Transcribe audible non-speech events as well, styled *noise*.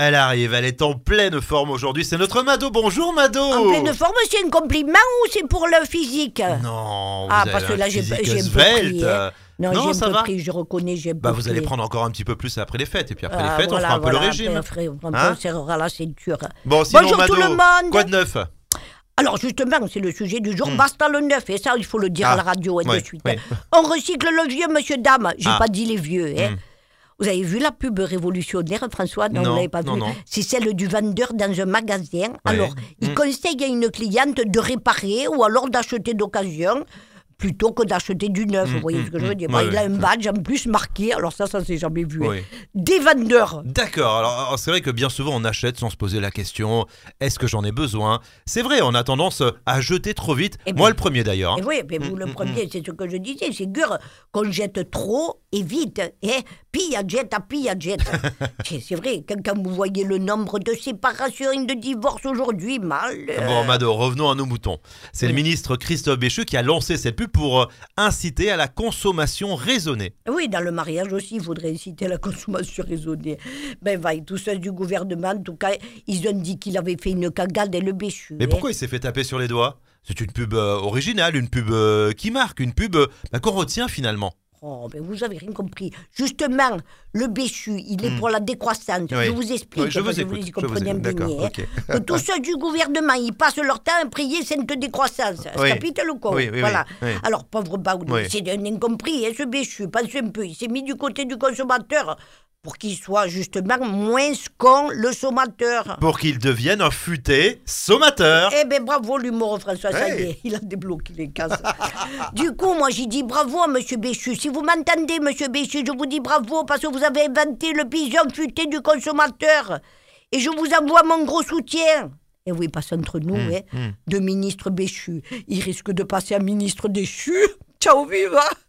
Elle arrive, elle est en pleine forme aujourd'hui. C'est notre Mado. Bonjour Mado. En pleine forme, c'est un compliment ou c'est pour le physique Non. vous Ah, avez parce que un là, j'ai physique j'ai un peu svelte. pris. hein. Non, Non, j'ai un ça peu va. pris, je reconnais, j'ai un peu Bah, vous allez pris. prendre encore un petit peu plus après les fêtes. Et puis après Ah, les fêtes, voilà, on fera un peu voilà, le régime. après, on fera un peu, Hein on serrera la ceinture. Bon, sinon, Bonjour Mado, tout le monde. quoi de neuf Alors justement, c'est le sujet du jour. Basta le neuf, et ça, il faut le dire Ah, à la radio hein, oui, de suite. oui. On recycle le vieux, monsieur, dame. J'ai Ah. pas dit les vieux. hein. Mm. Vous avez vu la pub révolutionnaire, François Non, Non, vous l'avez pas non, vu. non. C'est celle du vendeur dans un magasin. Alors, il Mm. conseille à une cliente de réparer ou alors d'acheter d'occasion plutôt que d'acheter du neuf. vous voyez ce que je veux mm. dire Ouais, Bon, Il a ouais. un badge en plus marqué. Alors ça, ça s'est jamais vu. hein. Oui. Des vendeurs. D'accord, alors, alors, c'est vrai que bien souvent on achète sans se poser la question est-ce que j'en ai besoin C'est vrai, on a tendance à jeter trop vite. Eh Moi ben. le premier d'ailleurs. hein. Et oui, mais vous le premier, c'est ce que je disais, c'est dur qu'on jette trop et vite. Hein pille à jet à pille à *laughs* jet. c'est c'est vrai, quand, quand vous voyez le nombre de séparations et de divorces aujourd'hui, mal. Ah Bon, Mado, revenons à nos moutons. C'est le ministre Christophe Béchu qui a lancé cette pub pour euh, inciter à la consommation raisonnée. Euh, Oui, dans le mariage aussi, il faudrait inciter à la consommation raisonnée. Ben, va, tout ça du gouvernement, en tout cas, ils ont dit qu'il avait fait une cagade et le béchu. Mais hein. pourquoi il s'est fait taper sur les doigts C'est une pub euh, originale, une pub euh, qui marque, une pub euh, bah, qu'on retient finalement. Oh, mais vous avez rien compris. Justement, le Béchu, il est Mm. pour la décroissance. Oui. Je vous explique. Oui, je parce vous que écoute. y je vous comprenez écoute. un peu D'accord, mieux, hein. ok. Que tous ah. ceux du gouvernement, ils passent leur temps à prier sainte décroissance. Oui. C'est capital ou quoi Oui, oui, oui, Voilà. oui. Alors, pauvre Baoudi, Oui. c'est un incompris, hein, ce Béchu. Pense un peu. Il s'est mis du côté du consommateur pour qu'il soit justement moins con le sommateur. Pour qu'il devienne un futé sommateur. Eh ben bravo l'humour François, ça y Hey. est, *laughs* il a débloqué les cases. *laughs* du coup, moi j'ai dit bravo à Monsieur Béchu. Si vous m'entendez, Monsieur Béchu, je vous dis bravo parce que vous avez inventé le pigeon futé du consommateur. Et je vous envoie mon gros soutien. Et oui, passe entre nous, Hmm. hein, de ministre Béchu. Il risque de passer à ministre déchu. Ciao, viva